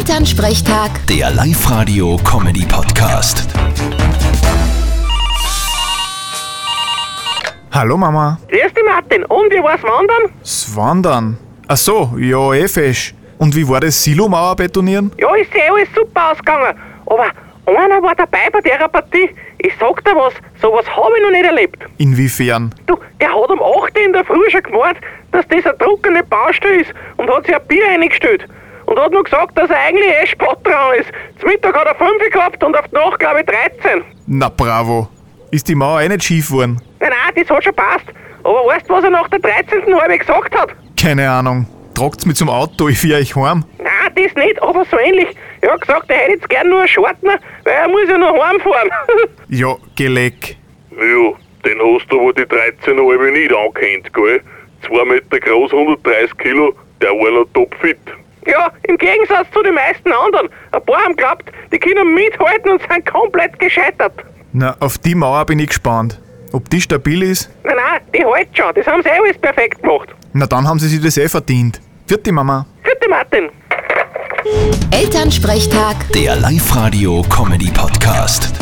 Elternsprechtag, Der Live-Radio-Comedy-Podcast. Hallo Mama. Grüß dich, Martin. Und wie war's um wandern? Swandern. Ach so, ja, eh fesch. Und wie war das Silomauer betonieren? Ja, ist eh alles super ausgegangen. Aber einer war dabei bei der Partie. Ich sag dir was, sowas hab ich noch nicht erlebt. Inwiefern? Du, der hat um 8 Uhr in der Früh schon gemeint, dass das ein trockene Baustelle ist und hat sich ein Bier eingestellt. Und hat nur gesagt, dass er eigentlich eh spät dran ist. Zum Mittag hat er 5 gehabt und auf die Nacht, glaube ich, 13. Na bravo. Ist die Mauer eh nicht schief geworden? Nein, nein, das hat schon passt. Aber weißt du, was er nach der 13. halbe gesagt hat? Keine Ahnung. Tragt's mich zum Auto, ich fahr euch heim. Nein, das nicht, aber so ähnlich. Er hat gesagt, er hätte jetzt gern nur einen Schortner, weil er muss ja noch heimfahren. Ja, geleck. Ja, den hast du aber die 13 halbe nicht angekannt, gell? 2 Meter groß, 130 Kilo, der war noch topfit. Ja, im Gegensatz zu den meisten anderen. Ein paar haben geglaubt, die können mithalten und sind komplett gescheitert. Na, auf die Mauer bin ich gespannt. Ob die stabil ist? Nein, nein, die halten schon. Das haben sie eh alles perfekt gemacht. Na, dann haben sie sich das eh verdient. Vierte Mama. Vierte Martin. Elternsprechtag. Der Live-Radio-Comedy-Podcast.